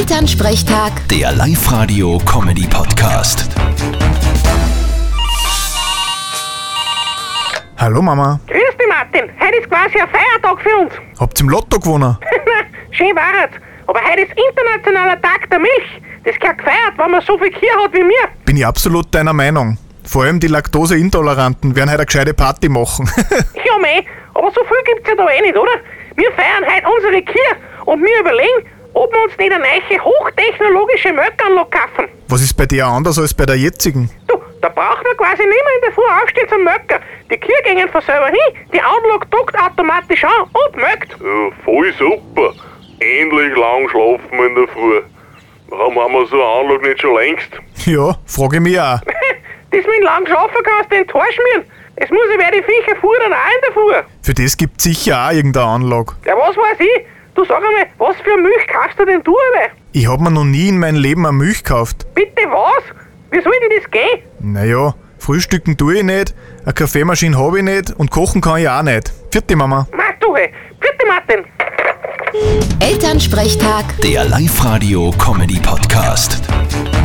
Elternsprechtag, Der Live-Radio-Comedy-Podcast. Hallo Mama, Grüß dich, Martin. Heute ist quasi ein Feiertag für uns. habt ihr im Lotto gewonnen? Schön war's. Aber heute ist internationaler Tag der Milch. Das gehört gefeiert, wenn man so viel Kier hat wie mir. Bin ich absolut deiner Meinung. Vor allem die Laktoseintoleranten werden heute eine gescheite Party machen. Ja, mei. Aber so viel gibt's ja da eh nicht, oder? Wir feiern heute unsere Kier und wir überlegen, ob wir uns nicht eine neue hochtechnologische Milchanlage kaufen. Was ist bei dir anders als bei der jetzigen? Du, da braucht man quasi nicht mehr in der Früh aufstehen zum Möcker. Die Kühe gingen von selber hin, die Anlage duckt automatisch an und mögt. Ja, voll super. Endlich lang schlafen wir in der Früh. Warum haben wir so eine Anlage nicht schon längst? Ja, frage ich mich auch. Das mit lang schlafen kannst du den Tor schmieren. Es muss ja wer die Viecher fuhren, auch in der Fuhr. Für das gibt sicher auch irgendeine Anlage. Ja, was weiß ich? Du sag einmal, was für Milch kaufst du denn du über? Ich hab mir noch nie in meinem Leben eine Milch gekauft. Bitte was? Wie soll denn das gehen? Naja, frühstücken tue ich nicht, eine Kaffeemaschine hab ich nicht und kochen kann ich auch nicht. Vierte Mama. Mach du, hey. Bitte, Martin. Elternsprechtag. Der Live-Radio-Comedy-Podcast.